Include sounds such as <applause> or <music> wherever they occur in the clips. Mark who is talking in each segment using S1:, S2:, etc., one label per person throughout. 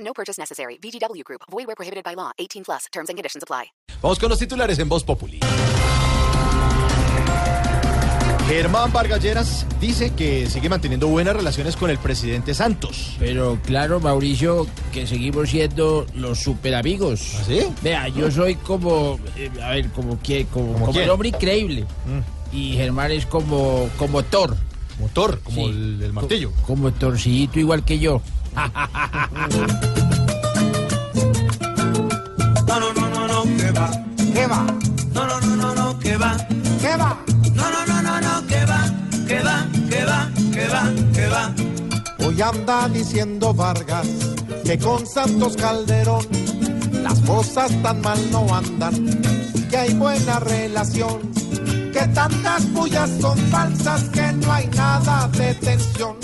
S1: No purchase necessary. VGW Group. Void where prohibited by law. 18 plus. Terms and conditions apply.
S2: Vamos con los titulares en Voz Populi. Germán Vargas Lleras dice que sigue manteniendo buenas relaciones con el presidente Santos.
S3: Pero claro, Mauricio, que seguimos siendo los super amigos.
S2: ¿Ah, sí?
S3: Vea, yo soy como, eh, a ver, como que, como, como
S2: quién? Mm.
S3: el hombre increíble. Y Germán es como, como Thor,
S2: Motor, como
S3: Sí.
S2: el, del martillo.
S3: como Torcillito igual que yo.
S4: No, no, no, no, no, que va.
S5: ¿Qué va?
S4: No, no, no, no, no, que va.
S5: ¿Qué va?
S4: No, no, no, no, no, que va. Que va, que va, que va, que va.
S6: Hoy anda diciendo Vargas que con Santos Calderón las cosas tan mal no andan y que hay buena relación. Que tantas bullas son falsas que no hay nada de tensión.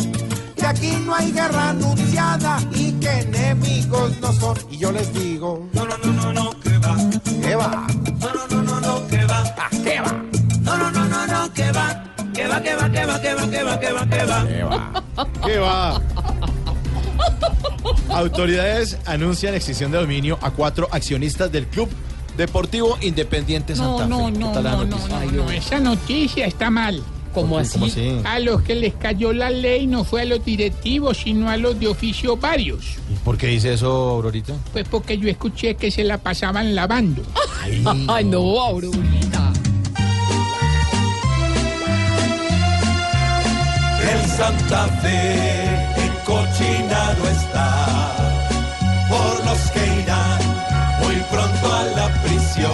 S6: Que aquí no hay guerra anunciada y que enemigos no son. Y yo les digo,
S4: No, no, no, no, no, que va.
S6: ¿qué va?
S4: No, no, no, no, no, que va.
S6: ¿A qué va?
S4: No, no, no, no, no, que va. Que va, que va, que va, que va, que va, que va, que va.
S2: ¿Qué va? <laughs> Autoridades anuncian extinción de dominio a cuatro accionistas del club deportivo Independiente Santa
S7: No,
S2: Fe.
S7: no,
S2: ¿Qué
S7: no,
S2: tal la
S7: no, no,
S2: noticia?
S7: no, no, esa noticia está mal.
S2: ¿Cómo así? ¿Cómo así?
S7: A los que les cayó la ley no fue a los directivos, sino a los de oficio varios.
S2: ¿Y ¿Por qué dice eso, Aurorita?
S7: Pues porque yo escuché que se la pasaban lavando.
S8: Ay, no, Aurorita.
S4: El Santa Fe encochinado está por los que irán muy pronto a la prisión.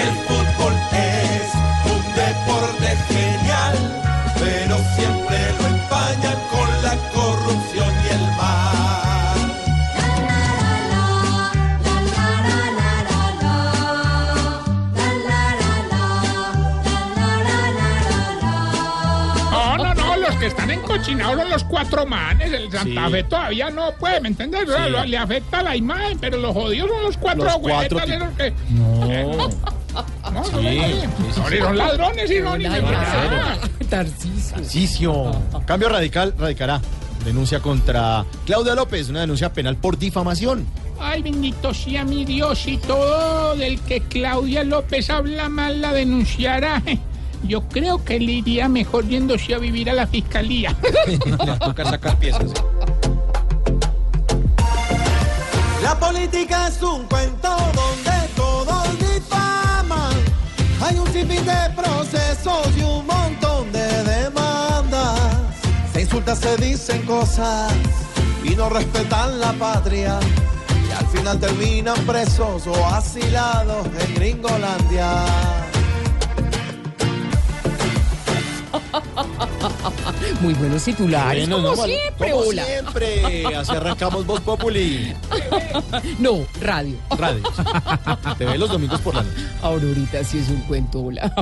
S4: El fútbol es un deporte genial, pero siempre lo empañan con la corrupción y el mal.
S7: No, no, no, los que están encochinados son los cuatro manes. El Santa
S2: Sí.
S7: Fe todavía no puede, ¿me entiendes? O sea,
S2: Sí.
S7: lo- Le afecta la imagen, pero los jodidos son los cuatro
S2: Los cuatro
S7: huevetas
S2: tipos.
S7: esos que... <laughs> No. No, son los jodidos. Son ladrones y no, ni
S8: Ay,
S7: nada.
S8: ya. Tarcisio.
S2: Tarcisio. Cambio radical radicará. Denuncia contra Claudia López, una denuncia penal por difamación.
S7: Ay, bendito sea mi Dios y todo del que Claudia López habla mal la denunciará. <laughs> Yo creo que le iría mejor yéndose a vivir a la fiscalía. <laughs>
S2: <laughs> Le va a tocar sacar piezas.
S6: La política es un cuento donde todos difaman. Hay un sinfín de procesos y un montón de demandas. Se insulta, se dicen cosas y no respetan la patria. Y al final terminan presos o asilados en Gringolandia.
S8: Muy buenos titulares,
S2: Bueno,
S8: como
S2: no, vale.
S8: siempre,
S2: Como
S8: hola.
S2: siempre. Así arrancamos Voz Populi.
S8: No, radio. <laughs>
S2: Radio. Te ve los domingos por la noche.
S8: Aurorita sí es un cuento, hola.